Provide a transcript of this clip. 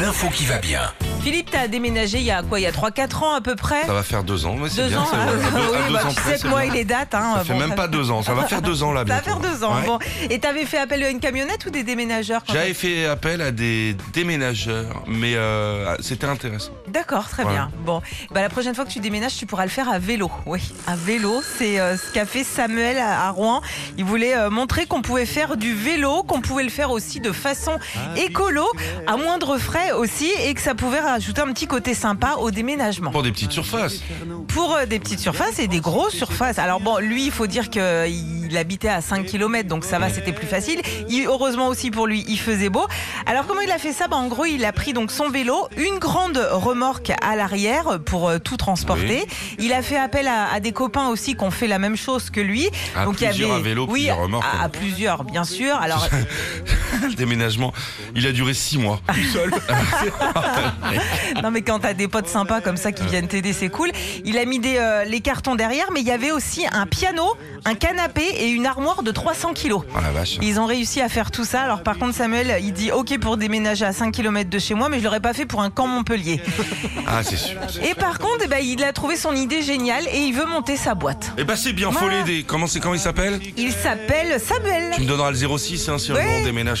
L'info qui va bien. Philippe, t'as déménagé il y a quoi Il y a 3-4 ans à peu près Ça va faire deux ans, mais c'est Deux bien. ans ça va. hein À deux- Oui, à deux bah, ans tu près, sais c'est que moi bien. et les dates. Hein, Ça fait bon, même pas deux ans, ça va faire deux ans là. Ça va bientôt. faire deux ans. Ouais. Bon. Et t'avais fait appel à une camionnette ou des déménageurs quand J'avais même fait appel à des déménageurs, mais euh, c'était intéressant. D'accord, très Voilà. bien. Bon, bah, la prochaine fois que tu déménages, tu pourras le faire à vélo. Oui, à vélo, c'est euh, ce qu'a fait Samuel à, à Rouen. Il voulait euh, montrer qu'on pouvait faire du vélo, qu'on pouvait le faire aussi de façon Ah, écolo, à moindre frais aussi, et que ça pouvait rajouter un petit côté sympa au déménagement. Pour des petites surfaces. pour euh, des petites surfaces et des grosses surfaces. Alors bon, lui, il faut dire qu'il habitait à 5 km, donc ça va, c'était plus facile. Il- heureusement aussi pour lui, il faisait beau. Alors comment il a fait ça bah, En gros, il a pris donc son vélo, une grande remorque à l'arrière pour euh, tout transporter. Il a fait appel à, à des copains aussi qui ont fait la même chose que lui. À plusieurs à vélo, oui, plusieurs remorques. à- à plusieurs, bien sûr. Alors Le déménagement, il a duré six mois. Tout seul. Non mais quand t'as des potes sympas comme ça qui viennent t'aider, c'est cool. Il a mis des, euh, les cartons derrière, mais il y avait aussi un piano, un canapé et une armoire de 300 kilos. Oh la vache. Ils ont réussi à faire tout ça. Alors par contre Samuel, il dit OK pour déménager à 5 km de chez moi, mais je l'aurais pas fait pour un camp Montpellier. Ah, c'est sûr. Et par contre, eh ben, il a trouvé son idée géniale et il veut monter sa boîte. Eh ben c'est bien, faut Voilà. l'aider. Comment c'est, comment il s'appelle Il s'appelle Samuel. Tu me donneras le 06 hein, si un Ouais. jour on déménage,